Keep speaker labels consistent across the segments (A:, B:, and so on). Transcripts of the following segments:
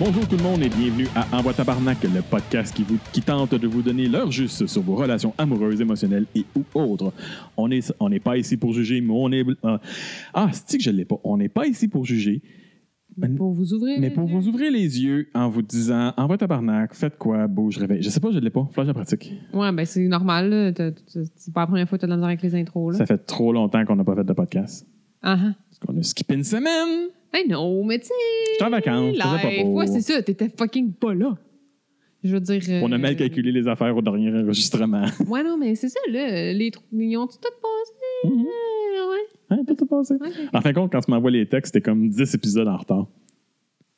A: Bonjour tout le monde et bienvenue à Envoi Tabarnak, le podcast qui, vous, qui tente de vous donner l'heure juste sur vos relations amoureuses, émotionnelles et ou autres. On n'est on n'est pas ici pour juger, mais on est... euh, ah, c'est que je l'ai pas. On n'est pas ici pour juger,
B: Mais pour vous ouvrir.
A: mais pour
B: les yeux.
A: vous ouvrir les yeux en vous disant « Envoi Tabarnak, faites quoi, bouge, réveille. » Je sais pas, je l'ai pas. Flash à pratique.
B: Ouais, ben c'est normal. là. T'as- t'as- C'est pas la première fois que tu as de la misère avec les intros. Là.
A: Ça fait trop longtemps qu'on n'a pas fait de podcast.
B: Ah ah.
A: Parce qu'on a skippé une semaine.
B: Ben non, mais tu sais.
A: J'étais en vacances, je faisais pas
B: live.
A: beau.
B: Ouais, c'est ça. T'étais fucking pas là. Je veux dire.
A: On a
B: euh,
A: mal calculé les affaires au dernier enregistrement.
B: Ouais, non, mais c'est ça, là. Les trous, ils ont tout passé.
A: Mhm.
B: Euh, Ouais.
A: Hein, tout est passé.
B: ok.
A: En fin de compte, quand tu m'envoies les textes, t'es comme 10 épisodes en retard.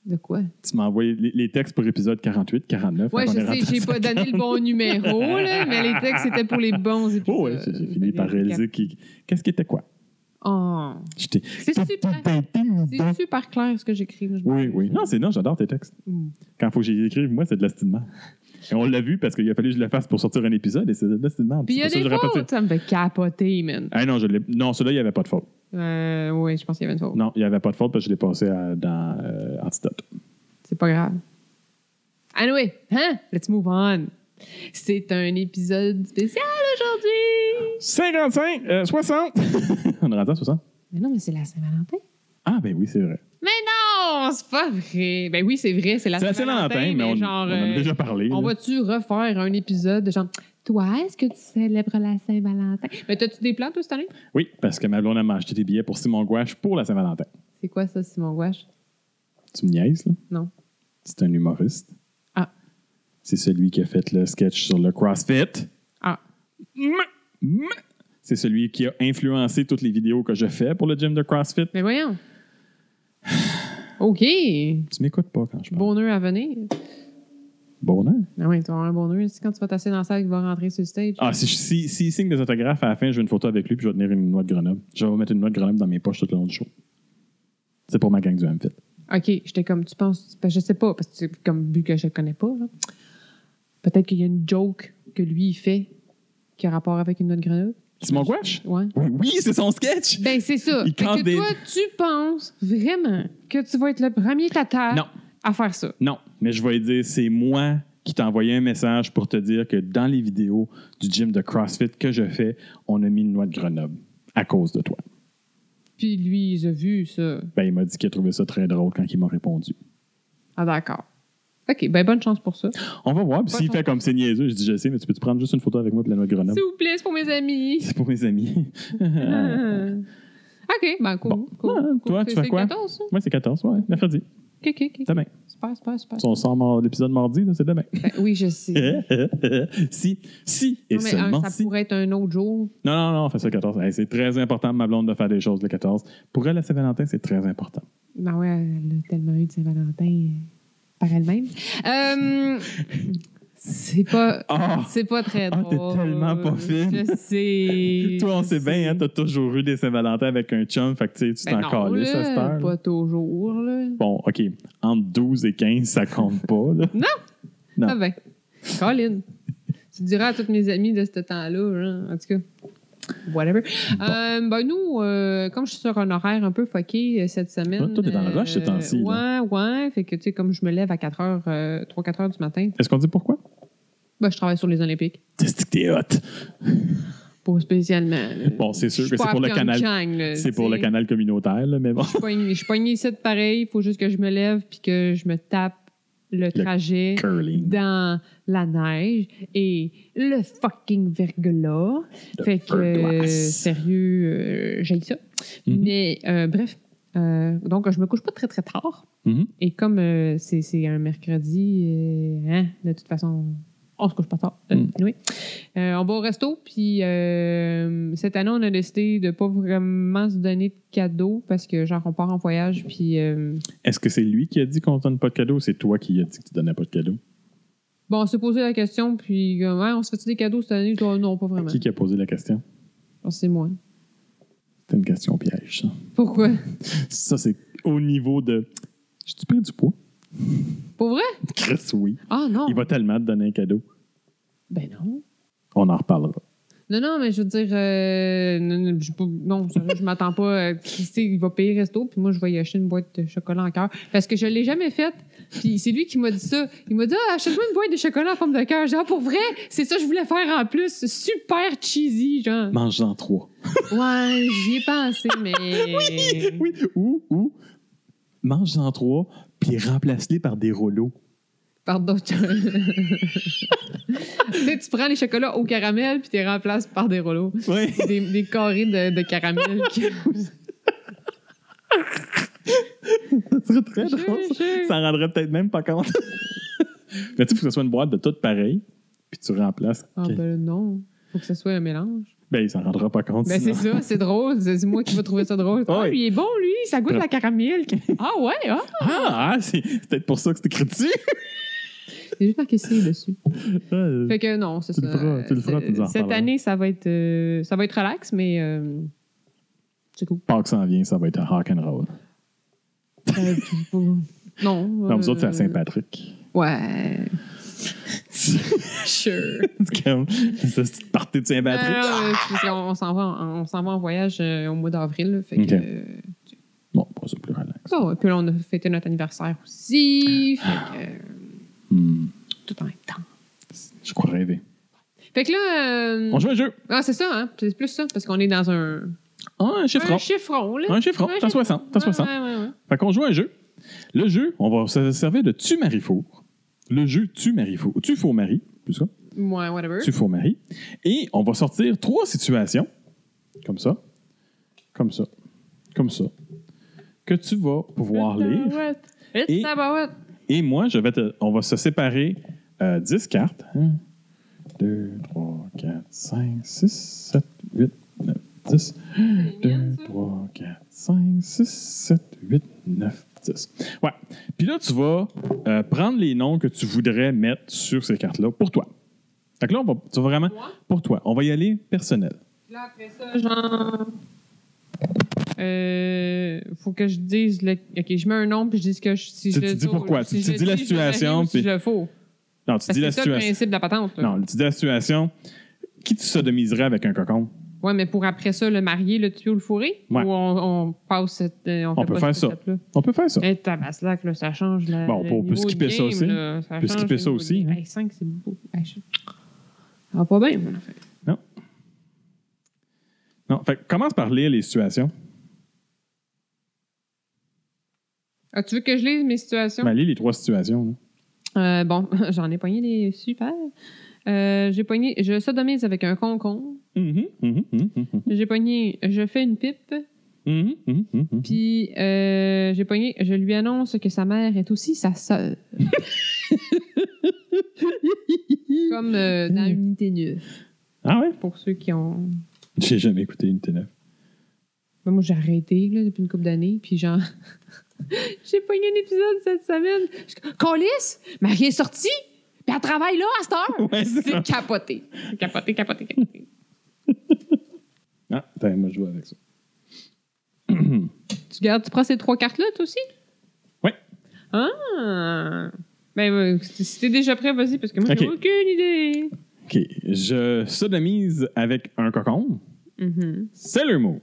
B: De quoi?
A: Tu m'envoies les, les textes pour épisode 48, 49.
B: Ouais,
A: quand
B: je
A: on est rendu
B: sais,
A: à
B: j'ai pas donné le bon numéro, là, mais les textes c'était pour les bons épisodes.
A: Oh, ouais, j'ai j'ai fini par réaliser qui- qu'est-ce qui était quoi.
B: Oh.
A: J'étais.
B: C'est super, c'est super clair ce que j'écris. je m'en
A: Oui, oui. Non, c'est non, j'adore tes textes.
B: Mm.
A: Quand il faut que j'y écrive, moi, c'est de l'astinement. Et on l'a vu parce qu'il a fallu que je le fasse pour sortir un épisode et c'est de l'astinement.
B: Puis il y a
A: C'est
B: des
A: pour ça que j'aurais pas
B: fautes, ça me fait capoter, man.
A: fait- Ah non, je l'ai- non celui-là, il n'y avait pas de faute.
B: Euh, oui, je pense qu'il y avait une faute.
A: Non, il n'y avait pas de faute parce que je l'ai passé à- dans euh, Antidote.
B: C'est pas grave. Anyway, hein? Let's move on. C'est un épisode spécial aujourd'hui.
A: 55, euh, 60. on est rendu à 60.
B: Mais non, mais c'est la Saint-Valentin.
A: Ah, ben oui, c'est vrai.
B: Non, c'est pas vrai. Ben oui, c'est vrai, c'est la
A: C'est assez
B: Saint-Valentin.
A: Valentin, mais on,
B: genre,
A: on en a
B: euh,
A: déjà parlé.
B: on
A: là.
B: va-tu refaire un épisode de genre, toi, est-ce que tu célèbres la Saint-Valentin? Mais t'as-tu des plans, toi, cette année?
A: Oui, parce que ma blonde elle m'a acheté des billets pour Simon Gouache pour la Saint-Valentin.
B: C'est quoi ça, Simon Gouache?
A: Tu me niaises, là?
B: Non.
A: C'est un humoriste.
B: Ah.
A: C'est celui qui a fait le sketch sur le CrossFit.
B: Ah.
A: Mm, mm. C'est celui qui a influencé toutes les vidéos que je fais pour le gym de CrossFit.
B: Mais voyons. OK.
A: Tu m'écoutes pas quand je parle. hein?
B: Bonheur à venir.
A: Bonheur.
B: Ah oui, tu vas avoir un bonheur. C'est quand tu vas t'asseoir dans la salle qu'il va rentrer sur le stage.
A: Ah, si, si, si il signe des autographes à la fin, je veux une photo avec lui puis je vais tenir une noix de grenoble. Je vais mettre une noix de grenoble dans mes poches tout le long du show. C'est pour ma gang du MFIT.
B: OK, j'étais comme, tu penses, parce que je sais pas, parce que c'est comme vu que je le connais pas, là. peut-être qu'il y a une joke que lui, il fait qui a rapport avec une autre grenouille.
A: Simon Gouache?
B: Ouais.
A: Oui, oui, c'est son sketch!
B: Ben, c'est ça.
A: Il
B: Fait
A: casse
B: que
A: des-
B: toi, tu penses vraiment que tu vas être le premier tata
A: Non.
B: à faire ça.
A: Non, mais je vais lui dire, c'est moi qui t'ai envoyé un message pour te dire que dans les vidéos du gym de CrossFit que je fais, on a mis une noix de Grenoble à cause de toi.
B: Puis lui, il a vu ça.
A: Ben, il m'a dit qu'il a trouvé ça très drôle quand il m'a répondu.
B: Ah, d'accord. OK, ben, bonne chance pour ça.
A: On va voir. Puis
B: Pas
A: s'il
B: ton-
A: fait comme c'est niaiseux, je dis, je sais, mais tu peux-tu prendre juste une photo avec moi pour la noix de Grenoble?
B: S'il vous plaît, c'est pour mes amis.
A: C'est pour mes amis. moi,
B: Ah. OK, ben, cool.
A: Bon.
B: cool,
A: Ah,
B: cool.
A: toi, tu
B: C'est-
A: fais
B: c'est
A: quoi?
B: 14, ça?
A: c'est 14, ouais, mercredi,
B: OK, OK, OK.
A: demain.
B: Super, super, super.
A: Si on sort mar- l'épisode mardi, là, c'est demain.
B: Ben, oui, je sais.
A: si, si, Hein? et
B: Non, mais un,
A: seulement
B: ça
A: si.
B: pourrait être un autre jour.
A: Non, non, non, on fait ça le 14. Hey, c'est très important, ma blonde, de faire des choses le 14. Pour elle, la Saint-Valentin, c'est très important.
B: Ben ouais, elle a tellement eu de Saint-Valentin euh, par elle-même. Euh, c'est pas.
A: Ah!
B: C'est pas très
A: Ah,
B: drôle.
A: t'es tellement pas fine.
B: Je sais.
A: Toi, on
B: je
A: sait bien, hein,
B: sais.
A: t'as toujours eu des Saint-Valentin avec un chum, fait que tu sais, tu
B: Ben
A: t'en
B: non,
A: calais,
B: là,
A: ça, cette heure.
B: Pas toujours, là.
A: Bon, OK, entre 12 et 15, ça compte pas, là. Non.
B: Ah ben, Colin. tu diras à tous mes amis de ce temps-là, genre, en tout cas. Whatever. Euh, ben nous, euh, comme je suis sur un horaire un peu fucké euh, cette semaine. euh,
A: Ouais, Ah, toi, t'es dans le rush ces temps-ci,
B: Ouais, ouais. Fait que, tu sais, comme je me lève à 4 heures, euh, 3-4 heures du matin,
A: Est-ce qu'on dit pourquoi?
B: ben, je travaille sur les Olympiques.
A: C'est que t'es hot.
B: Pas spécialement. là.
A: Bon, c'est
B: Je
A: sûr
B: suis
A: que
B: pas
A: c'est
B: à
A: pour le canal.
B: Pyeongchang, là,
A: C'est
B: tu
A: pour le
B: sais.
A: canal communautaire, là, mais bon.
B: Je suis poignée- Je suis poignée ici de pareil. Il faut juste que je me lève puis que je me tape le trajet.
A: Curling.
B: dans la neige et le fucking verglas. fait que,
A: verglas.
B: euh, sérieux, j'ai ça.
A: Mhm.
B: Mais euh, bref, euh, donc je me couche pas très très tard.
A: Mhm.
B: Et comme euh, c'est c'est un mercredi, euh, hein, de toute façon, on se couche pas tard.
A: Mm.
B: Anyway. Euh, on va au resto, puis euh, cette année, on a décidé de pas vraiment se donner de cadeaux parce que, genre, on part en voyage, puis. euh,
A: Est-ce que c'est lui qui a dit qu'on donne pas de cadeau ou c'est toi qui as dit que tu donnais pas de cadeau?
B: Bon, on s'est posé la question, puis comme, Ouais, on se fait-tu des cadeaux cette année? Toi, non, pas vraiment.
A: Qui qui a posé la question?
B: Bon, C'est moi.
A: C'est une question piège, ça.
B: Pourquoi?
A: Ça, c'est au niveau de. J'ai-tu pris du poids?
B: Pour vrai?
A: Chris, oui.
B: Ah non!
A: Il va tellement te donner un cadeau.
B: Ben non.
A: On en reparlera.
B: Non, non, mais je veux dire, euh, non, non, je, non, sérieux, je m'attends pas. euh, tu sais, il va payer resto, puis moi, je vais y acheter une boîte de chocolat en cœur. Parce que je l'ai jamais faite. Puis c'est lui qui m'a dit ça. Il m'a dit, ah, achète-moi une boîte de chocolat en forme de cœur. J'ai dit, ah, pour vrai, c'est ça que je voulais faire en plus. Super cheesy, genre.
A: Mange-en trois.
B: Ouais, j'y ai pensé, mais.
A: Oui, ou, ou, mange-en trois, puis remplace-les par des rouleaux.
B: Par d'autres. tu sais, tu prends les chocolats au caramel, puis tu les remplaces par des rouleaux.
A: Oui.
B: Des, des carrés de, de caramel.
A: Ça serait très
B: Sure,
A: drôle. ça.
B: sure.
A: Ça en rendrait peut-être même pas compte. Mais tu sais, faut que ce soit une boîte de toutes pareilles, puis tu remplaces.
B: Ah, ben non. Faut que ce soit un mélange.
A: Ben, il s'en rendra pas compte.
B: Ben, c'est
A: sinon.
B: ça, c'est drôle. C'est c'est moi qui vais trouver ça drôle. Ah,
A: Ouais.
B: lui, il est bon, lui. Ça goûte la caramel. Ah, ouais, ah.
A: Ah, ah, c'est c'est peut-être pour ça que c'est écrit dessus.
B: C'est juste marqué C dessus.
A: Euh,
B: Fait que non, c'est
A: Tu
B: ça.
A: le feras, tu le feras, tu nous en
B: Cette
A: reparleras.
B: année, ça va être, euh, ça va être relax, mais euh, c'est cool.
A: Pâques s'en vient, ça va être un rock and roll.
B: Euh, puis, pas- non.
A: Non, vous autres, c'est à
B: euh,
A: Saint-Patrick.
B: Ouais. Sure.
A: C'est comme ça, c'est une partie de Saint-Patrick.
B: Euh, parce qu'on- on s'en va, en- on s'en va en voyage euh, au mois d'avril. là, Fait
A: Ok.
B: que. euh,
A: Bon, pas ça plus relax.
B: ça, puis là, on a fêté notre anniversaire aussi. Fait que. euh,
A: Hmm,
B: tout en même temps.
A: je crois rêver.
B: Fait que là. euh,
A: On joue un jeu.
B: Ah, c'est ça, hein? C'est plus ça, parce qu'on est dans un.
A: Ah, un chiffron.
B: Un chiffron, là.
A: Un chiffron.
B: Un
A: T'as
B: chiffron.
A: 60. T'as
B: Ouais,
A: 60.
B: ouais, ouais, ouais.
A: Fait qu'on joue à un jeu. Le jeu, on va se servir de tu marie four. Le jeu tu marie four. Tu faux mari, plus ça.
B: Ouais, whatever.
A: Tu faux mari. Et on va sortir trois situations. Comme ça. Comme ça. Comme ça. Que tu vas pouvoir lire. Et-
B: Et tabarouette.
A: Et moi, je vais te- on va se séparer euh, 10 cartes. 1, 2, 3, 4, 5, 6, 7, 8, 9, 10. 2, 3, 4, 5, 6, 7, 8, 9, 10. Ouais. Puis là, tu vas euh, prendre les noms que tu voudrais mettre sur ces cartes-là pour toi. Fait que là, on va, tu vas vraiment.
B: Moi?
A: Pour toi. On va y aller personnel.
B: Là, après ça, genre. Euh, faut que je dise. Le... Ok, je mets un nom, puis je dis ce que je. Si
A: Tu-
B: je le
A: tu dis
B: faux,
A: pourquoi.
B: si
A: Tu-
B: je
A: tu
B: le
A: dis la
B: dis, je le ris
A: situation,
B: ou si
A: puis-
B: je le faux.
A: Non, tu
B: Parce
A: dis
B: que
A: la
B: c'est ça le
A: situation.
B: principe de la patente. là.
A: Non, tu dis la situation. Qui tu sodomiserais avec un cocon?
B: Ouais, mais pour après ça, le marier, le tuer ou le fourrer?
A: Ouais.
B: Ou on, on passe cette. euh, on fait
A: peut
B: pas
A: faire
B: ce
A: ça.
B: concept-là?
A: On peut faire ça.
B: Eh, tabaslac, là, ça change. La,
A: Bon, on
B: le
A: peut- on peut
B: niveau de
A: skipper ça
B: game,
A: aussi.
B: là, ça
A: On peut
B: change
A: skipper
B: le
A: ça
B: niveau de
A: aussi,
B: game.
A: hein.
B: Hey, 5, c'est beaucoup. Hey, je- Ça va pas bien, mon affaire.
A: Non, fait que commence par lire les situations.
B: Ah, tu veux que je lise mes situations?
A: Ben, lis les trois situations. là.
B: Euh, bon, j'en ai pogné des super. Euh, j'ai pogné, je sodomise avec un concombre.
A: Mhm, mhm, mhm, mhm,
B: J'ai pogné, je fais une pipe.
A: mhm, mhm, mhm, mhm.
B: Puis, euh, j'ai pogné, je lui annonce que sa mère est aussi sa sœur. Comme euh, dans Unité Nulle,
A: mm-hmm. Ah ouais?
B: pour ceux qui ont
A: J'ai jamais écouté une T9.
B: Ben, moi, j'ai arrêté là, depuis une couple d'années, puis genre. j'ai pogné un épisode cette semaine. Je suis comme, Câlisse, Marie est sortie, puis elle travaille là à cette heure.
A: Ouais, c'est ça.
B: c'est capoté. C'est Capoté, capoté, capoté.
A: Ah, attends, moi je joue avec ça.
B: tu gardes, tu prends ces trois cartes-là, toi aussi?
A: Ouais.
B: Ah! Ben, euh, si si t'es déjà prêt, vas-y, parce que moi, j'ai
A: Ok.
B: aucune idée.
A: OK. Je sodomise avec un cocon.
B: Mhm.
A: Sailor Moon.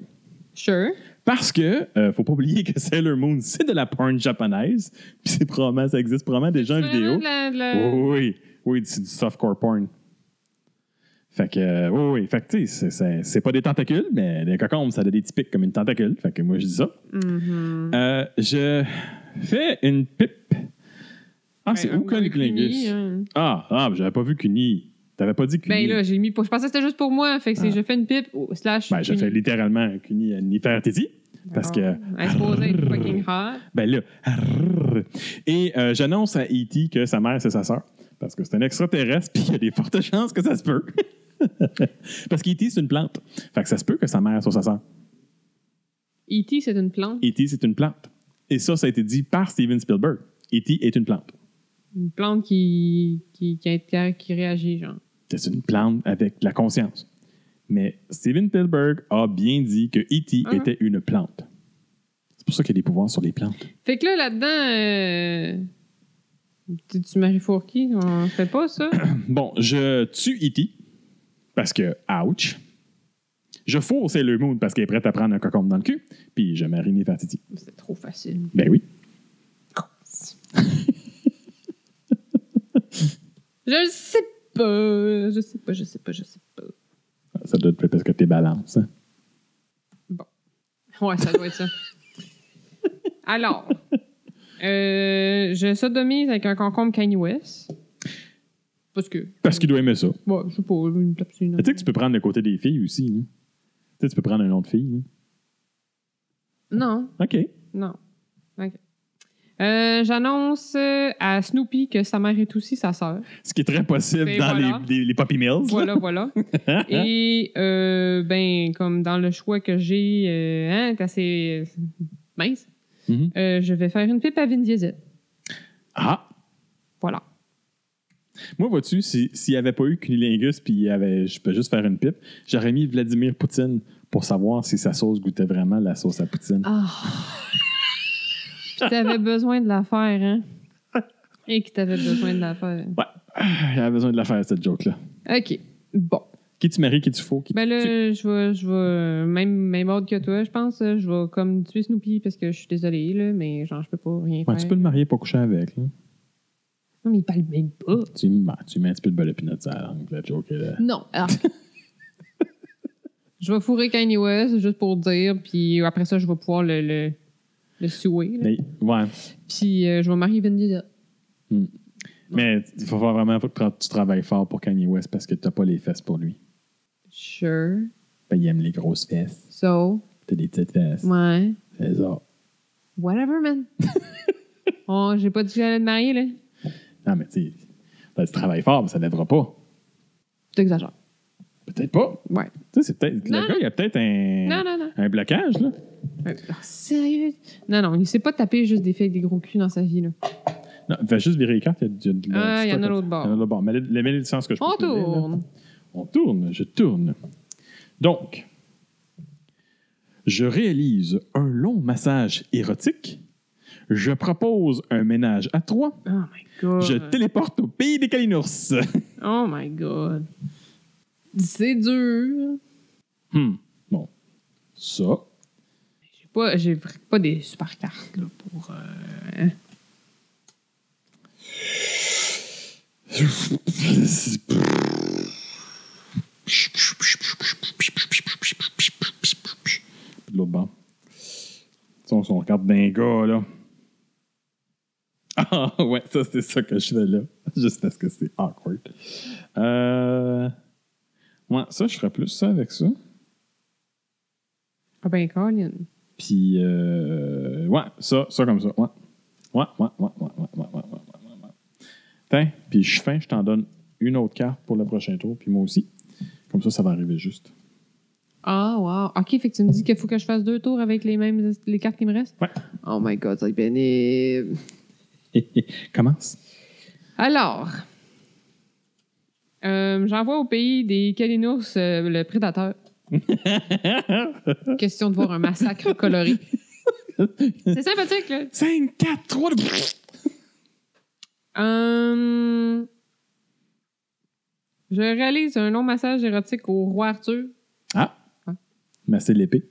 B: Sure.
A: Parce que, euh, faut pas oublier que Sailor Moon, c'est de la porn japonaise. Puis c'est probablement, ça existe probablement déjà en
B: Tu veux
A: vidéo. Oh,
B: vraiment de la- de la-
A: Oui, oui, oui, c'est du softcore porn. Fait que, euh, oui, oui, fait que, tu sais, c'est- c'est- c'est pas des tentacules, mais des cocombes, ça a des typiques comme une tentacule. Fait que moi, je dis ça.
B: Mhm.
A: Euh, je fais une pipe. Ah, c'est
B: Ben,
A: où
B: un ou un
A: Cunnilingus?
B: cuni, hein.
A: Ah, ah, j'avais pas vu Cuny. T'avais pas dit Cuny.
B: Ben là, j'ai mis. pour- Je pensais que c'était juste pour moi. Fait que c'est
A: Ah.
B: je fais une pipe ou slash.
A: Ben, je
B: cuni.
A: fais littéralement Cuny à Nifertiti. Parce que.
B: Oh. Elle se posait être fucking hot.
A: Ben là. arrrr. Et euh, j'annonce à E.T. que sa mère, c'est sa sœur. Parce que c'est un extraterrestre, puis il y a des fortes chances que ça se peut. parce qu'E.T., c'est une plante. Fait que ça se peut que sa mère soit sa sœur.
B: E.T., E c'est une plante.
A: E.T., c'est une plante. Et ça, ça a été dit par Steven Spielberg. E.T. est une plante.
B: Une plante qui, qui, qui, inter- qui réagit, genre.
A: c'est une plante avec de la conscience. Mais Steven Spielberg a bien dit que E.T.
B: Ah.
A: était une plante. C'est pour ça qu'il y a des pouvoirs sur les plantes.
B: Fait que là, là-dedans, euh, Tu tu Marie Fourki, on fait pas ça.
A: Bon, je tue E.T. parce que, ouch. Je fourre Sailor Moon parce qu'elle est prête à prendre un cocombe dans le cul. Puis je marie Néfertiti.
B: C'est trop facile.
A: Ben oui.
B: Je sais pas. Je sais pas, je sais pas, je sais pas.
A: Ça doit être parce que t'es balance. hein.
B: Ouais, ça doit être ça. Alors, euh, je sodomise avec un concombre Kanye West. Parce que.
A: Parce qu'il doit aimer ça.
B: Bon, je sais pas, une tape sur une
A: Mais Tu sais que tu peux prendre le côté des filles aussi. hein. Tu sais, tu peux prendre un nom de fille.
B: Non,
A: hein. OK.
B: non. OK. Euh, J'annonce euh, à Snoopy que sa mère est aussi sa sœur.
A: Ce qui est très possible
B: Et
A: dans
B: voilà.
A: les, les- les Poppy Mills.
B: Voilà, voilà. Et, euh, ben, comme dans le choix que j'ai, euh, hein, t'as assez mince,
A: Mhm.
B: euh, je vais faire une pipe à Vin Diesel.
A: Ah!
B: Voilà.
A: Moi, vois-tu, si- s'il n'y avait pas eu Cunilingus puis il y avait, je peux juste faire une pipe, j'aurais mis Vladimir Poutine pour savoir si sa sauce goûtait vraiment la sauce à Poutine.
B: Ah! Puis t'avais besoin de la faire, hein? Et que t'avais besoin de la faire.
A: Ah, J'avais besoin de la faire, cette joke-là.
B: OK. Bon.
A: Qui tu maries, qui tu fous, qui
B: Ben là, je vais, je vais, même, même ordre que toi, je pense, je vais comme tuer Snoopy parce que je suis désolée, là, mais genre, je peux pas rien
A: Ouais,
B: faire.
A: tu peux le marier pour coucher avec. là.
B: Non, mais il parle même pas.
A: Tu, mets- tu mets un petit peu de bol épinette sur la langue, la joke. est là.
B: Non. Alors. je vais fourrer Kanye West juste pour dire, puis après ça, je vais pouvoir le, le, le souer. là.
A: Mais, ouais.
B: Puis euh, je vais marier Vin Diesel.
A: Mais il faut faire vraiment faut que tu travailles fort pour Kanye West parce que tu pas les fesses pour lui.
B: Sure.
A: Ben, il aime les grosses fesses.
B: So,
A: T'as des petites fesses.
B: ouais.
A: C'est ça.
B: Whatever, man. oh, j'ai pas dit que j'allais te marier, là.
A: Non, mais tu sais, ben, tu travailles fort, mais ça ne lèvera pas.
B: T'exagères.
A: Peut-être pas.
B: Ouais.
A: Tu sais, c'est peut-être.
B: Non.
A: Le gars, il y a peut-être un.
B: Non, non, non.
A: Un blocage, là.
B: Ouais. Ah, sérieux? Non, non, il sait pas taper juste des filles avec des gros culs dans sa vie, là.
A: Non, va juste virer les cartes. Il y a, du-
B: Ah,
A: du
B: il y en a
A: stock.
B: l'autre
A: Il y en a
B: bord.
A: l'autre bord. Mais le, le mêlée du sens que je
B: On
A: peux te donner, là.
B: tourne.
A: On tourne, je tourne. Donc, je réalise un long massage érotique. Je propose un ménage à trois.
B: Oh my god.
A: Je téléporte au pays des Kalinours.
B: Oh my god. C'est dur.
A: Hmm. Bon. Ça.
B: J'ai pas, j'ai pas des super cartes, là, pour. euh,
A: De l'autre bord. Si on, si on regarde d'un gars, là. Ah ouais, ça c'est ça que je fais là. Juste parce que c'est awkward. Euh... Ouais, ça, je ferais plus ça avec ça.
B: Ah ben, Colin.
A: Puis, euh, ouais, ça, ça comme ça. Ouais. Ouais, ouais, ouais, ouais, ouais, ouais, ouais, ouais, ouais, ouais. Tiens, puis je suis fin, je t'en donne une autre carte pour le prochain tour, puis moi aussi. Comme ça, ça va arriver juste.
B: Ah, wow. OK, fait que tu me dis qu'il faut que je fasse deux tours avec les mêmes les cartes qui me restent?
A: Ouais.
B: Oh my god, ça va être pénible.
A: Commence.
B: Alors, euh, j'envoie au pays des Kalinours euh, le prédateur.
A: Ah.
B: Question de voir un massacre coloré. C'est sympathique, là.
A: 5, 4, 3,
B: Euh, je réalise un long massage érotique au roi Arthur.
A: Ah! Mais c'est l'épée.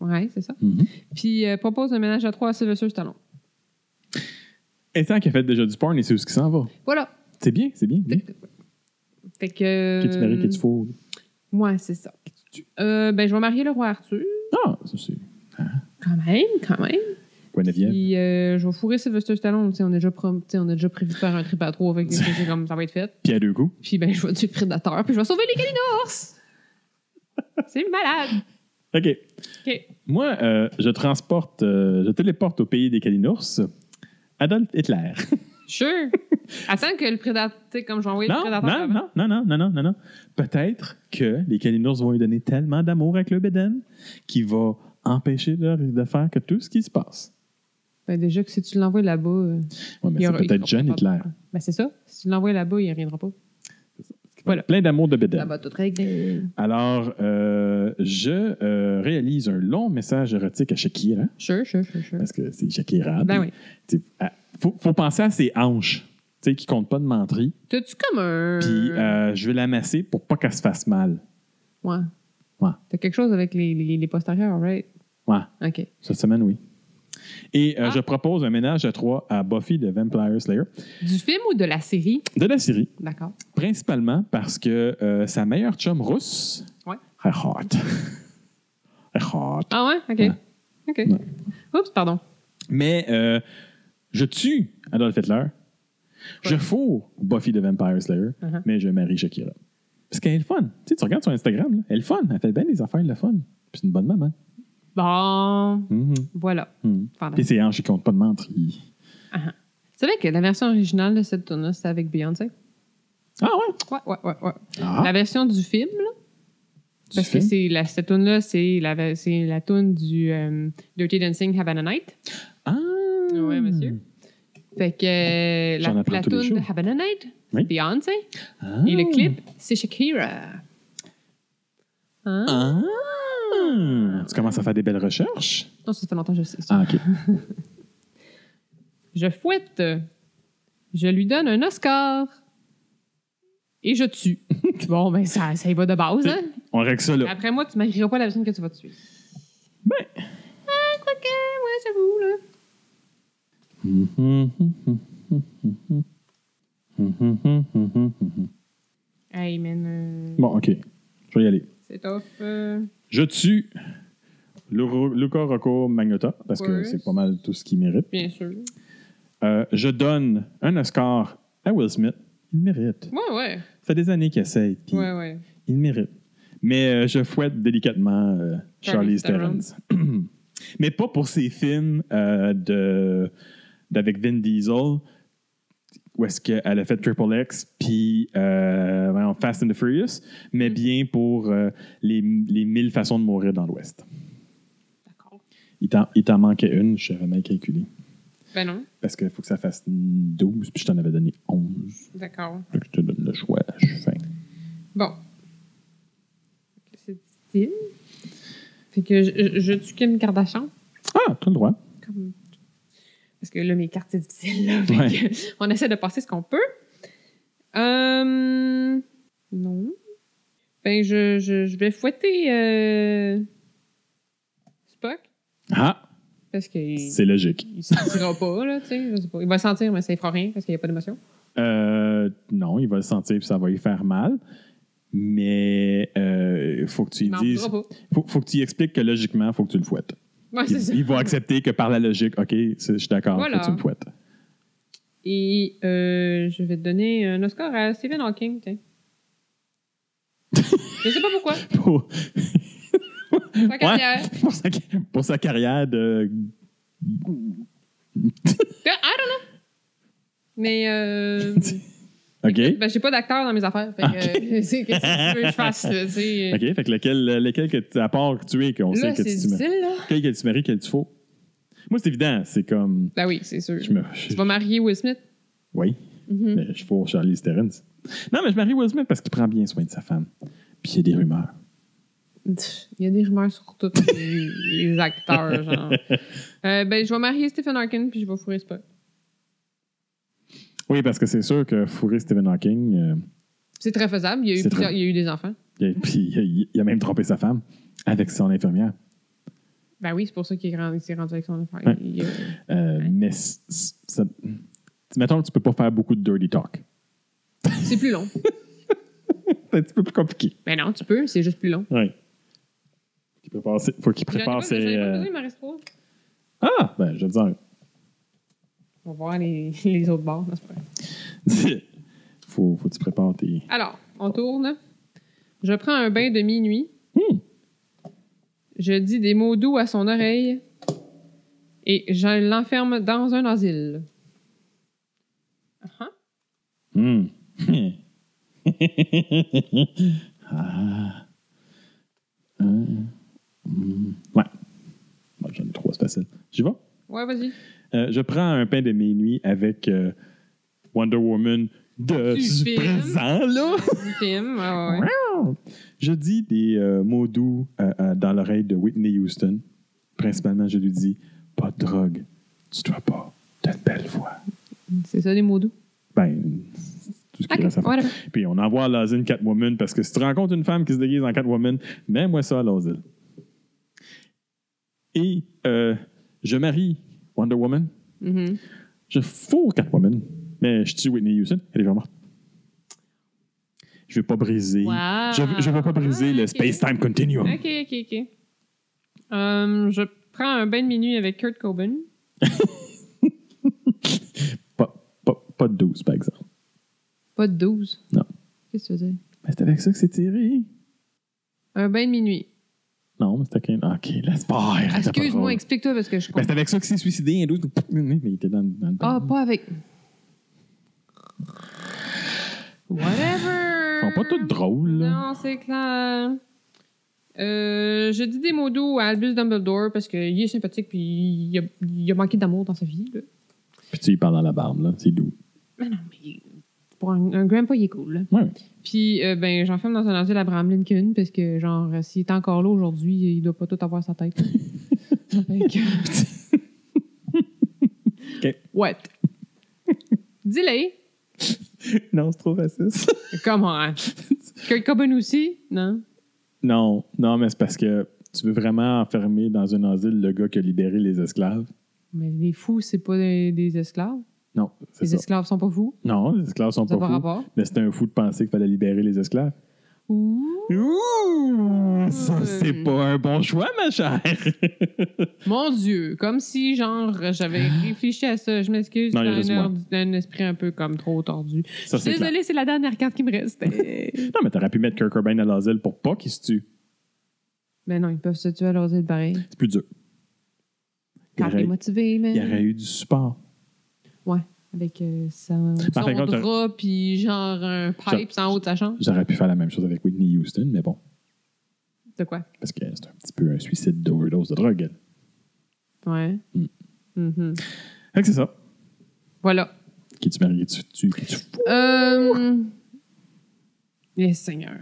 B: Ouais, c'est ça.
A: Mhm.
B: Puis euh, propose un ménage à trois à Sylvester Stallone.
A: Et tant qu'il a fait déjà du porn, il sait où ce qui s'en va.
B: Voilà.
A: C'est bien, c'est bien. bien.
B: Fait que.
A: Qui tu maries, qui tu fous.
B: Ouais, c'est ça. Euh, ben, je vais marier le roi Arthur.
A: Ah, ça c'est.
B: Quand même, quand même.
A: Guinevere.
B: Puis euh, je vais fourrer Sylvester Stallone. Tu sais, On, a déjà prom- tu sais, on a déjà prévu de faire un trip à trois. Fait que c'est comme ça va être fait.
A: Puis à deux coups.
B: Puis ben, je vais tuer le prédateur. Puis je vais sauver les Galinours. c'est malade.
A: OK.
B: OK.
A: Moi, euh, je transporte, euh, je téléporte au pays des Kalinours Adolf Hitler.
B: Sure. Attends que le prédateur. Tu sais, comme j'ai envoyé le
A: Non,
B: prédateur.
A: non,
B: avant.
A: non, non, non, non, non, non, non. Peut-être que les Kalinours vont lui donner tellement d'amour avec le Beden qu'il va empêcher leur- de faire que tout ce qui se passe.
B: Ben, déjà que si tu l'envoies là-bas. euh,
A: Ouais, mais
B: il y
A: c'est
B: aura- il
A: peut-être
B: fera
A: jeune
B: pas
A: Hitler.
B: de- Ben, c'est ça. Si tu l'envoies là-bas, il ne reviendra pas. Voilà.
A: Plein d'amour de Beden.
B: va tout régler.
A: Alors, euh, je euh, réalise un long message érotique à Shakira,
B: Sure, sure, sure, sure.
A: parce que c'est Shakira.
B: Ben
A: puis,
B: oui.
A: tu sais, à- faut, faut penser à ses hanches. tu sais, qui compte pas de menterie.
B: T'as-tu comme un.
A: Puis euh, je vais l'amasser pour pas qu'elle se fasse mal.
B: Ouais.
A: Ouais.
B: T'as quelque chose avec les, les, les postérieurs, right?
A: Ouais,
B: OK.
A: cette semaine, oui. Et euh,
B: Ah.
A: je propose un ménage à trois à Buffy de Vampire Slayer
B: Du film ou de la série?
A: de la série,
B: D'accord.
A: principalement parce que euh, sa meilleure chum rousse,
B: Ouais.
A: elle est hot. Elle est hot.
B: Ah ouais? OK.
A: Ouais.
B: OK.
A: Ouais.
B: Oups, pardon.
A: Mais euh, je tue Adolf Hitler. Je fourre Buffy the Vampire Slayer,
B: Uh-huh.
A: mais je marie Shakira. Parce qu'elle est le fun. Tu sais, tu regardes sur Instagram, là, elle est le fun. Elle fait bien des affaires de la fun. Puis c'est une bonne maman.
B: Bon,
A: Mhm,
B: voilà.
A: mhm. Puis
B: Fantastique.
A: ses hanches, qui comptent pas de menterie.
B: Tu savais que la version originale de cette tournée, c'était avec Beyoncé?
A: Ah ouais?
B: Ouais, ouais, ouais, ouais.
A: Ah,
B: La version du film, là.
A: du
B: Parce que
A: film?
B: c'est la, cette tune là c'est la, ve- c'est la tune du euh, Dirty Dancing Havana Night.
A: Ah!
B: Ouais, monsieur. Hmm. Fait que euh,
A: J'en
B: la,
A: apprends
B: la
A: tous les
B: tune
A: jours.
B: de Havana Night, c'est
A: Oui.
B: Beyoncé.
A: Ah.
B: Et le clip, c'est Shakira. Hein?
A: Ah! Tu commences à faire des belles recherches?
B: Non, ça fait longtemps que je sais ça.
A: Ah, OK.
B: Je fouette. Je lui donne un Oscar. Et je tue. bon, ben, ça, ça y va de base, hein?
A: On règle ça là.
B: Après moi, tu marieras pas la personne que tu vas tuer.
A: Ben.
B: Ah, quoi que, ouais, j'avoue, là.
A: Mhm, mhm, mhm, mhm. Mhm, mhm, mhm, mhm.
B: Hey, man. euh,
A: Bon, OK. Je vais y aller.
B: C'est tough. euh.
A: Je tue le- Luca Rocco Magnota, parce que
B: Ouais.
A: c'est pas mal tout ce qu'il mérite.
B: Bien sûr.
A: Euh, je donne un Oscar à Will Smith. Il le mérite.
B: Ouais, ouais.
A: Ça fait des années qu'il essaye, puis
B: Ouais, ouais.
A: il le mérite. Mais euh, je fouette délicatement euh, Charlie
B: Charlize
A: Theron.
B: Theron.
A: Mais pas pour ses films euh, de, d'avec Vin Diesel, où est-ce qu'elle a fait Triple X, puis euh, voyons, Fast and the Furious, mais
B: Mm.
A: bien pour euh, les, les mille façons de mourir dans l'Ouest.
B: D'accord.
A: Il t'en, il t'en manquait une, je savais mal calculé.
B: Ben non.
A: Parce qu'il faut que ça fasse 12, puis je t'en avais donné 11.
B: D'accord.
A: Fait que je te donne le choix, je suis fin.
B: Bon. C'est difficile. Fait que je, je- je tue Kim Kardashian.
A: Ah, t'as le droit.
B: Comme... Parce que là, mes cartes, c'est difficile. là. Fait
A: Ouais.
B: que on essaie de passer ce qu'on peut. Euh... Non. Ben, je, je, je vais fouetter euh... Spock.
A: Ah,
B: Parce qu'il
A: c'est logique.
B: il se sentira pas, là, tu sais. je sais pas. Il va le sentir, mais ça ne fera rien parce qu'il n'y a pas d'émotion.
A: Euh, non, il va le sentir, puis ça va lui faire mal. Mais il faut que tu
B: Il
A: lui
B: m'en
A: dises.
B: voudra pas.
A: Faut, faut que tu lui expliques que logiquement, faut que tu le fouettes.
B: Ouais, c'est ça.
A: Il, il va accepter que par la logique, OK, c'est- je suis d'accord,
B: Voilà.
A: faut que tu me fouettes.
B: Et euh, je vais te donner un Oscar à Stephen Hawking, tiens. je sais pas pourquoi.
A: Pour,
B: Sa carrière.
A: pour sa, pour sa carrière de.
B: I don't know. Mais euh,
A: OK?
B: ben, j'ai pas d'acteur dans mes affaires. Fait que, euh, c'est- qu'est-ce que tu veux que je fasse, là, tu sais.
A: Ah, OK, fait que lequel, lequel que tu, à part que tu es, qu'on sait
B: ben, Là,
A: que
B: c'est
A: tu tu mets.
B: difficile, là.
A: Quel que tu maries, quel tu faux. Moi, c'est évident. C'est comme.
B: Ben oui, c'est sûr.
A: Je me.
B: Tu vas marier Will Smith.
A: Oui,
B: Mhm.
A: mais je fous Charlie Theron. Non, mais je marie Will Smith parce qu'il prend bien soin de sa femme. Puis il y a des rumeurs.
B: Pff, Il y a des rumeurs sur tous les, les acteurs, genre. Euh, ben, je vais marier Stephen Hawking, puis je vais fourrer Spock.
A: Oui, parce que c'est sûr que fourrer Stephen Hawking, euh,
B: C'est très faisable. Il y a eu,
A: C'est
B: plusieurs-
A: très-
B: il y a eu des enfants.
A: il a- puis il a- il a même trompé sa femme avec son infirmière.
B: Ben oui, c'est pour ça qu'il est grand- il s'est rendu avec son enfant.
A: Ouais.
B: Il- il, euh,
A: Euh,
B: Ouais.
A: Mais c- c- ça- mettons que tu peux pas faire beaucoup de dirty talk.
B: C'est plus long.
A: C'est un petit peu plus compliqué.
B: Mais Ben non, tu peux, c'est juste plus long.
A: Oui. Il peut passer- faut qu'il
B: J'en ai pas-
A: prépare
B: j'en ai
A: ses.
B: pas
A: euh,
B: besoin, il m'en reste trois.
A: Ah, ben, je vais te dire.
B: On va voir les, les autres bords. non, c'est pas vrai.
A: un. faut, faut que tu prépares tes.
B: Alors, on tourne. Je prends un bain de minuit.
A: Hmm.
B: Je dis des mots doux à son oreille. Et je l'enferme dans un asile. Ah,
A: Hmm. ah. Ah. Hmm. Ouais. Bon, J'en ai trois, c'est facile. J'y vais.
B: Ouais, vas-y.
A: Euh, je prends un pain de minuit avec euh, Wonder Woman de
B: Du
A: ce
B: film.
A: présent, là.
B: Du film. ouais, ouais, ouais.
A: Je dis des euh, mots doux euh, euh, dans l'oreille de Whitney Houston. Principalement, je lui dis pas de drogue. Tu dois pas. T'as une belle voix.
B: C'est ça, les mots doux.
A: Ben, tout ce qui
B: Ok,
A: reste à faire.
B: whatever.
A: Puis on envoie à Lazine Catwoman parce que si tu rencontres une femme qui se déguise en Catwoman, mets-moi ça à Lazine. Et euh, je marie Wonder Woman. Hmm.
B: Mhm.
A: Je fous Catwoman. Mais je tue Whitney Houston. Elle est déjà morte. Je vais pas briser.
B: Wow.
A: Je, je vais pas briser le
B: Ok.
A: space-time continuum.
B: OK, OK, OK. Euh, je prends un bain de minuit avec Kurt Cobain.
A: Pas, pas, pas de 12, par exemple.
B: Pas de 12.
A: Non.
B: Qu'est-ce que tu veux dire?
A: Mais c'est avec ça que c'est tiré.
B: Un bain de minuit.
A: Non, mais c'était qu'un. Ok, laisse pas. arrête, c'est pas
B: Excuse-moi,
A: drôle.
B: explique-toi parce que je
A: Ah, Ben,
B: comprends.
A: c'est avec ça qu'il s'est suicidé, un 12. Mais il était dans, dans le.
B: Ah, pas avec. Whatever.
A: Ils sont pas tous drôles, là.
B: Non, c'est clair. Euh, je dis des mots doux à Albus Dumbledore parce qu'il est sympathique puis il a, il a manqué d'amour dans sa vie. là.
A: Puis tu y parles dans la barbe, là. C'est doux.
B: Mais non, mais pour un, un grandpa, il est cool. là.
A: Ouais.
B: Puis, euh, ben, j'enferme dans un asile Abraham Lincoln parce que, genre, euh, s'il est encore là aujourd'hui, il doit pas tout avoir sa tête. Fait que-
A: Ok.
B: What? Delay?
A: non, c'est trop raciste.
B: Come on. Kurt Cobain aussi? Non?
A: non, non, mais c'est parce que tu veux vraiment enfermer dans un asile le gars qui a libéré les esclaves.
B: Mais les fous, c'est pas des, des esclaves.
A: Non, c'est
B: Les
A: ça.
B: esclaves sont pas fous.
A: Non, les esclaves sont
B: Ça n'a
A: pas
B: pas
A: fous.
B: rapport.
A: Mais c'était un fou de penser qu'il fallait libérer les esclaves.
B: Ouh,
A: Ouh! Ça, c'est
B: Euh.
A: pas un bon choix, ma chère!
B: Mon Dieu! Comme si, genre, j'avais réfléchi à ça. Je m'excuse,
A: Non, il
B: j'ai
A: reste
B: un,
A: moi.
B: ordi- un esprit un peu comme trop tordu.
A: Ça,
B: Je suis
A: c'est clair.
B: désolée, c'est la dernière carte qui me restait.
A: Non, mais t'aurais pu mettre Kirk Cobain à l'asile pour pas qu'il se tue.
B: Mais Ben non, ils peuvent se tuer à leurs îles pareil.
A: C'est plus dur. Il
B: T'as
A: aurait,
B: démotivé,
A: il aurait
B: mais.
A: eu du support.
B: Avec euh, son, son
A: Par contre,
B: drap, puis genre un pipe en haut de sa chambre.
A: J'aurais pu faire la même chose avec Whitney Houston, mais bon,
B: De quoi?
A: parce que c'est un petit peu un suicide d'overdose de drogue. elle.
B: Ouais.
A: Mm.
B: Mhm.
A: Fait que c'est ça.
B: Voilà.
A: Qui tu maries, tu, tu, tu
B: Euh... Yes, Seigneur.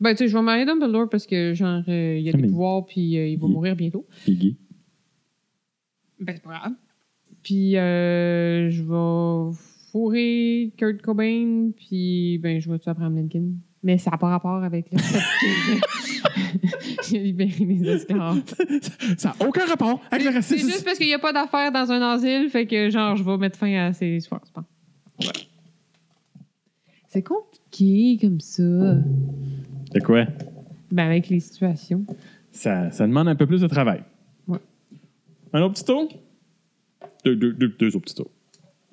B: Ben, tu sais, je vais marier Dumbledore parce que, genre, euh, il a
A: Ah,
B: des
A: mais-
B: pouvoirs, puis euh, il va
A: Il-
B: mourir bientôt.
A: es gay.
B: Ben, c'est pas grave. Puis, euh, je vais fourrer Kurt Cobain, puis, ben, je vais tuer Abraham Lincoln. Mais ça n'a pas rapport avec le fait que j'ai libéré mes esclaves.
A: Ça n'a aucun rapport avec le
B: C'est
A: racisme.
B: juste parce qu'il n'y a pas d'affaires dans un asile, fait que, genre, je vais mettre fin à ces histoires, je pense. Voilà. C'est compliqué comme ça.
A: De quoi?
B: Ben, avec les situations.
A: Ça, ça demande un peu plus de travail.
B: Ouais.
A: Un autre petit tour? Deux, deux, deux, deux autres petits tours.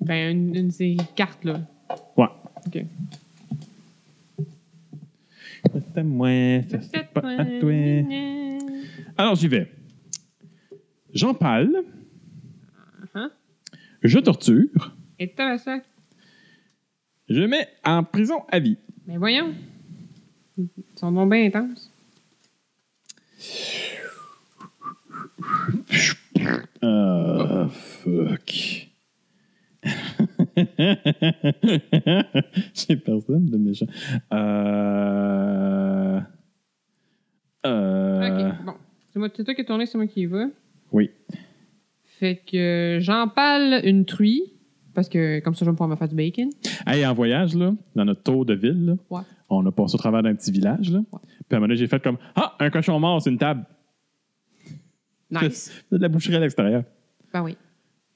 B: Ben, une, une de ces cartes, là.
A: Ouais.
B: OK.
A: C'est à moi, ça, c'est pas à toi. Alors, j'y vais. J'en parle.
B: Uh-huh.
A: Je torture.
B: Et t'as la sac.
A: Je mets en prison à vie.
B: Ben, voyons. Ils sont donc bien intenses.
A: Ah, fuck. J'ai personne de méchant. Euh... Euh...
B: OK, bon. C'est moi- c'est toi qui as tourné, c'est moi qui y va.
A: Oui.
B: Fait que euh, j'en parle une truie, parce que comme ça, je vais pouvoir me faire du bacon.
A: Hey, en voyage, là, dans notre tour de ville, là,
B: Ouais.
A: on a passé au travers d'un petit village. Là.
B: Ouais.
A: Puis à un moment donné, j'ai fait comme Ah, un cochon mort, c'est une table.
B: Nice.
A: C'est de la boucherie à l'extérieur.
B: ben oui.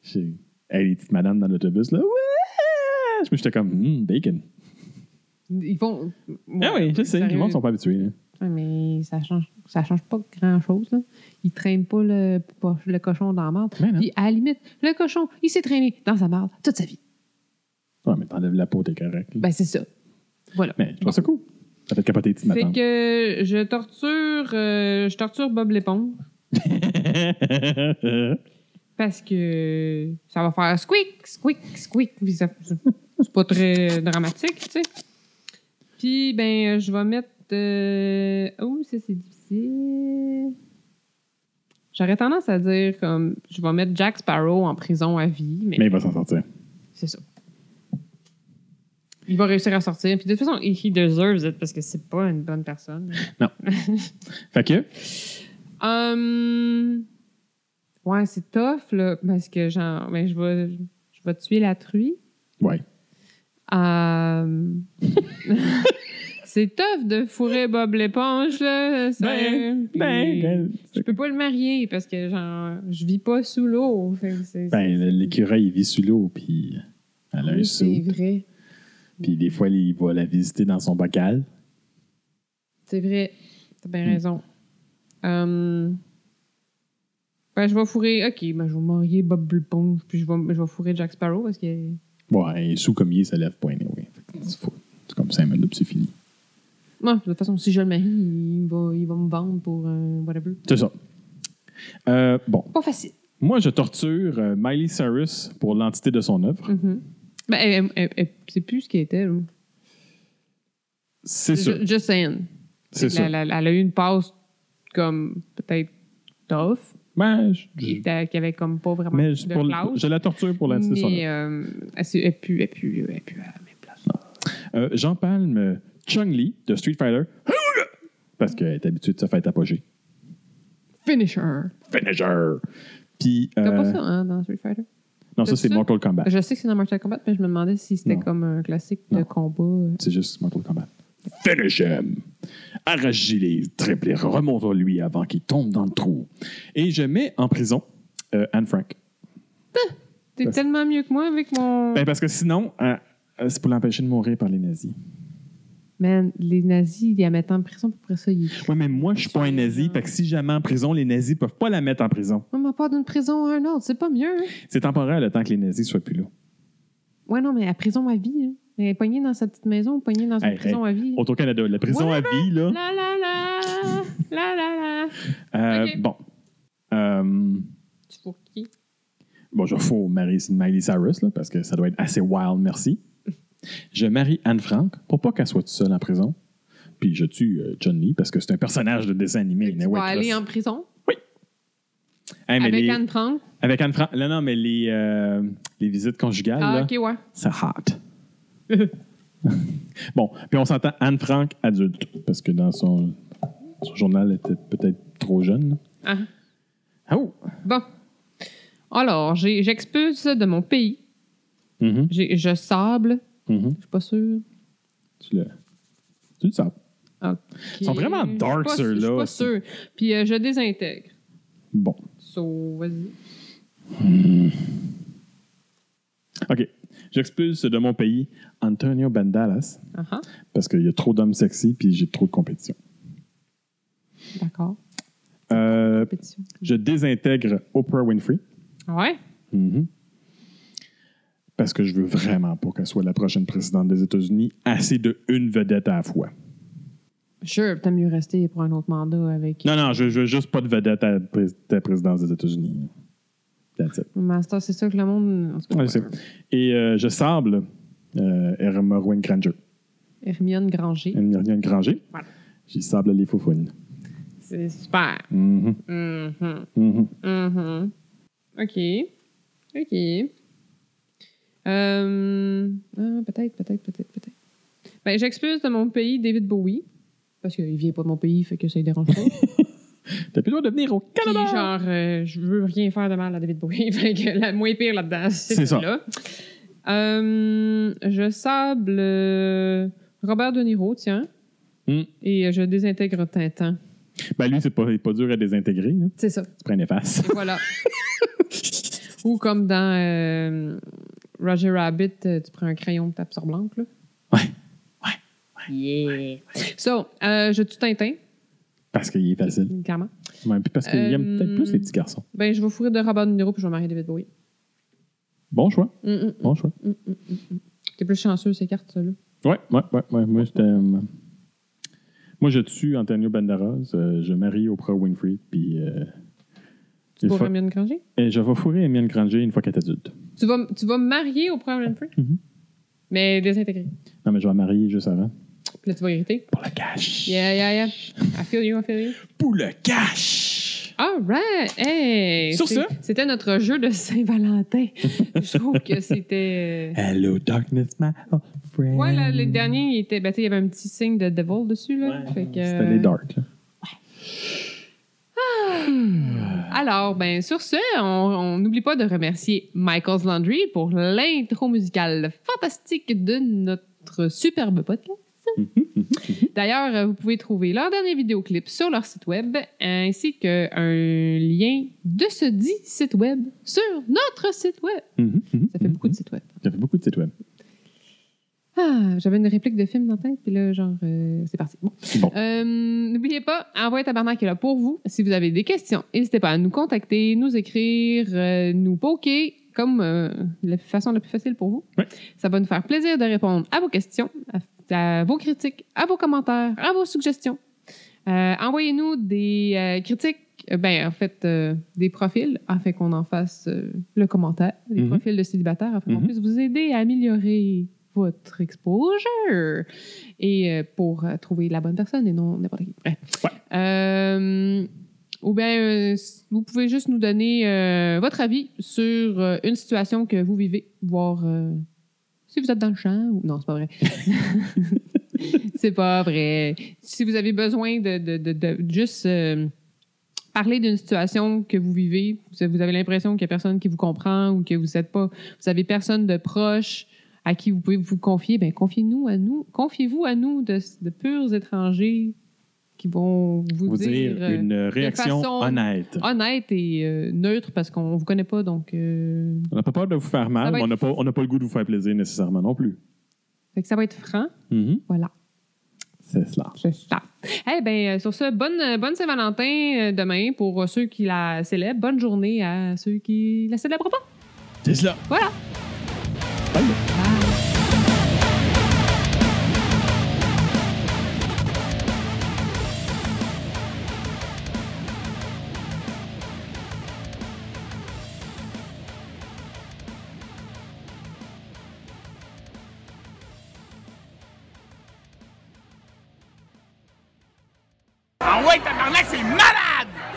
A: J'ai hey, les petites madames dans l'autobus. là. Ouais! Puis J'étais comme Hum, bacon.
B: Ils font.
A: Ah oui, je sais. Les
B: sérieux.
A: gens sont pas habitués. hein. là.
B: Ouais, mais ça change, ça change pas grand-chose. là. Ils traînent pas le, po- le cochon dans la marde.
A: Mais non.
B: Puis, à la limite, le cochon, il s'est traîné dans sa marde toute sa vie.
A: Ouais, mais t'enlèves la peau, t'es correct. là.
B: Ben, c'est ça. Voilà.
A: Mais je trouve ça cool. Ça fait capoter les petites
B: Fait
A: madames.
B: que je torture, euh, je torture Bob l'éponge parce que ça va faire squeak, squeak, squeak. Puis ça- C'est pas très dramatique, tu sais. Puis, ben, je vais mettre. euh, Oh, ça, c'est difficile. J'aurais tendance à dire comme. Je vais mettre Jack Sparrow en prison à vie, mais,
A: Mais il va s'en sortir.
B: c'est ça. Il va réussir à sortir. Puis, de toute façon, he he deserves it parce que c'est pas une bonne personne.
A: Fait que,
B: Hum, ouais, c'est tough, là, parce que genre, ben, je vais, je vais tuer la truie.
A: ouais.
B: Euh, c'est tough de fourrer Bob l'éponge, là. sérieux. Puis,
A: Ben,
B: Je peux pas le marier parce que, genre, je vis pas sous l'eau. Fait que c'est-
A: ben,
B: c'est-
A: l'écureuil, il vit sous l'eau, puis elle a un
B: Oui, C'est
A: saut.
B: vrai.
A: Puis des fois, il va la visiter dans son bocal.
B: C'est vrai. T'as bien
A: Hmm.
B: raison. Euh, Ben, je vais fourrer. Ok, ben, je vais marier Bob l'éponge, puis je vais, je vais fourrer Jack Sparrow parce que.
A: Bon, un sous comme il est, ça lève pas anyway. Fait que c'est fou. C'est comme 5 minutes, c'est fini.
B: Non, de toute façon, si je le marie, il va, il va me vendre pour euh, whatever.
A: C'est ça. Euh, bon,
B: Pas facile.
A: moi, je torture euh, Miley Cyrus pour l'entité de son œuvre.
B: Mhm. Ben, elle- elle- elle- c'est plus ce qu'elle était. là.
A: C'est sûr.
B: Ju- Just saying.
A: C'est
B: que la-
A: sûr.
B: la- la- elle a eu une passe comme peut-être tough,
A: Ben, je-
B: qui,
A: je-
B: était- qui avait comme pas vraiment
A: mais je-
B: de
A: pour-
B: classe.
A: je la torture pour l'entité de son œuvre.
B: mais euh, elle s'est- elle pue, elle pue, elle pue à la même place.
A: Euh, Jean Palme, euh, Chung Li de Street Fighter. Parce qu'elle est habituée de se faire tapoger.
B: Finisher.
A: Finisher! Puis.
B: T'as
A: euh,
B: pas ça hein, dans Street Fighter?
A: non, ça,
B: T'as
A: c'est
B: ça?
A: Mortal Kombat.
B: Je sais que c'est dans Mortal Kombat, mais je me demandais si c'était
A: Non.
B: comme un classique de
A: Non.
B: combat.
A: C'est juste Mortal Kombat. Finish him! Arrache-les, triple, remonte-lui avant qu'il tombe dans le trou. Et je mets en prison euh, Anne Frank.
B: T'es
A: Parce-
B: tellement mieux que moi avec mon.
A: Ben, parce que sinon, euh, euh, c'est pour l'empêcher de mourir par les nazis.
B: Man, les nazis, ils la mettent en prison pour après ça. Ils...
A: Ouais, mais moi, je suis pas un nazi. Fait que si jamais en prison, les nazis peuvent pas la mettre en prison.
B: On m'en part d'une prison à un autre, c'est pas mieux. hein.
A: C'est temporaire le temps que les nazis soient plus là.
B: Ouais, non, mais à prison à vie. Hein. Elle est pognée dans sa petite maison, pognée dans une
A: Hey,
B: prison à vie.
A: Auto-Canada, la prison à vie, là.
B: La la la, la la la.
A: Euh,
B: Ok.
A: Bon. Euh,
B: Tu pour qui?
A: bon, je fous Marie Miley Cyrus, là, parce que ça doit être assez wild, merci. Je marie Anne Frank pour pas qu'elle soit toute seule en prison. Puis je tue euh, John Lee parce que c'est un personnage de dessin animé.
B: tu
A: mais ouais,
B: vas aller
A: Chris.
B: bah, en prison
A: Hey, mais
B: avec
A: les-
B: Anne Frank.
A: avec Anne Frank. Non, non, mais les, euh, les visites conjugales,
B: Ah,
A: là,
B: ok, ouais.
A: c'est hot. bon, puis on s'entend Anne Frank adulte parce que dans son, son journal, elle était peut-être trop jeune.
B: Ah.
A: Oh!
B: Bon. Alors, j'ai- j'expulse de mon pays.
A: Mhm,
B: J'ai- Je sable.
A: mhm.
B: Je suis pas sûre.
A: Tu le, tu le sens.
B: Ils
A: sont vraiment dark,
B: Je suis
A: ceux-là.
B: pas sûre. Puis euh, je désintègre.
A: Bon.
B: So, vas-y.
A: OK. J'expulse de mon pays Antonio Bandalas
B: Ah, ah,
A: parce qu'il y a trop d'hommes sexy puis j'ai trop de compétition.
B: D'accord.
A: Euh,
B: Pétition.
A: je désintègre Oprah Winfrey
B: Ouais.
A: Mhm. parce que je veux vraiment pas qu'elle soit la prochaine présidente des États-Unis. Assez de une vedette à la fois.
B: Sure, t'as mieux rester pour un autre mandat avec.
A: Non, non, je, je veux juste pas de vedette à la pré- à la présidence des États-Unis. That's it.
B: Master, c'est ça que le monde. en tout cas,
A: Ouais, c'est- Et euh, je sable euh, Irma Rowan Granger.
B: Hermione Granger.
A: Hermione Granger.
B: Voilà.
A: J'y sable les faufounes.
B: C'est super.
A: Mhm,
B: Mhm.
A: mhm.
B: Mhm. OK. OK. Euh, ah, peut-être, peut-être, peut-être, peut-être. Ben, j'expulse de mon pays David Bowie. Parce qu'il vient pas de mon pays, fait que ça ne dérange pas.
A: T'as plus le droit de venir au
B: Puis,
A: Canada!
B: genre, euh, je veux rien faire de mal à David Bowie. fait que la moins pire là-dedans, c'est
A: C'est ça.
B: ça. je sable euh, Robert De Niro, tiens.
A: Hmm.
B: Et euh, je désintègre Tintin.
A: Ben lui, c'est pas, il est pas dur à désintégrer. Là.
B: C'est ça.
A: Tu prends une efface.
B: Et voilà. Ou comme dans euh, Roger Rabbit, euh, tu prends un crayon de tape sur blanc, là.
A: Ouais.
B: Yeah. So, euh, je tue Tintin,
A: Parce qu'il est facile.
B: clairement.
A: Ouais, puis parce qu'il
B: Euh,
A: aime peut-être plus les petits garçons.
B: Ben, je vais fourrer de Robert De Niro puis je vais marier David Bowie.
A: Bon choix.
B: Mm, mm,
A: Bon choix.
B: mm, mm, mm, mm. T'es plus chanceux, ces cartes-là.
A: Ouais, ouais, ouais. ouais. Moi, j'étais, euh, moi, je tue Antonio Banderas. euh, je marie Oprah Winfrey. Puis. euh,
B: Tu
A: une
B: pourrais
A: fois-
B: bien Granger?
A: et je vais fourrer Emile Granger une fois qu'elle est adulte.
B: Tu vas, tu vas me marier au programme Winfrey,
A: Mhm.
B: mais désintégré.
A: Non, mais je vais la marier juste avant.
B: Puis là, tu vas hériter.
A: Pour le cash.
B: Yeah, yeah, yeah. I feel you, I feel you.
A: Pour le cash!
B: All right! Hey!
A: Sur
B: C'est-
A: ce-
B: C'était notre jeu de Saint-Valentin. Je trouve que c'était. euh,
A: Hello, darkness, my old friend.
B: Ouais, là, le dernier, il, était, ben, tu sais, il y avait un petit signe de devil dessus. Là. euh,
A: Ouais,
B: Fait que,
A: C'était les dark. là.
B: Hmm. Alors, ben sur ce, on- on n'oublie pas de remercier Michael's Landry pour l'intro musicale fantastique de notre superbe podcast. D'ailleurs, euh, vous pouvez trouver leur dernier vidéoclip sur leur site web ainsi qu'un lien de ce dit site web sur notre site web.
A: Mhm, mhm,
B: Ça fait
A: mhm.
B: beaucoup de sites web.
A: Ça fait beaucoup de sites web.
B: Ah, j'avais une réplique de film dans la tête, puis là, genre, euh, c'est parti. Bon.
A: Bon.
B: Euh, N'oubliez pas, Envoyez Tabarnak est là pour vous. Si vous avez des questions, n'hésitez pas à nous contacter, nous écrire, euh, nous poker, comme euh, la façon la plus facile pour vous.
A: Ouais.
B: Ça va nous faire plaisir de répondre à vos questions, à, à vos critiques, à vos commentaires, à vos suggestions. Euh, Envoyez-nous des euh, critiques, euh, ben, en fait, euh, des profils, afin qu'on en fasse euh, le commentaire, des
A: Mhm.
B: profils de célibataires, afin qu'on
A: Mhm.
B: puisse vous aider à améliorer votre exposure et euh, pour euh, trouver la bonne personne et non n'importe qui. Bref.
A: Ouais.
B: Euh, ou bien, euh, s- vous pouvez juste nous donner euh, votre avis sur euh, une situation que vous vivez, voir euh, si vous êtes dans le champ ou... Non, c'est pas vrai. c'est pas vrai. Si vous avez besoin de, de- de- de juste... euh, Parler d'une situation que vous vivez, vous vous avez l'impression qu'il n'y a personne qui vous comprend ou que vous êtes pas, vous avez personne de proche à qui vous pouvez vous confier, ben confiez-nous à nous, confiez-vous à nous de, de purs étrangers qui vont vous,
A: Vous
B: dire,
A: dire
B: euh,
A: une réaction
B: façon-
A: honnête.
B: honnête et euh, neutre parce qu'on vous connaît pas donc euh,
A: On n'a pas peur de vous faire
B: Ça
A: mal,
B: va
A: mais on n'a pas, on n'a pas le goût de vous faire plaisir nécessairement non plus.
B: fait que ça va être franc,
A: Mhm.
B: voilà.
A: C'est cela.
B: C'est ça. Eh ben euh, sur ce bonne euh, bonne Saint-Valentin euh, demain pour euh, ceux qui la célèbrent, bonne journée à ceux qui la célèbrent pas.
A: C'est cela.
B: Voilà.
A: Bye.
B: Bye.
C: Ah ouais, tabarnak, c'est malade!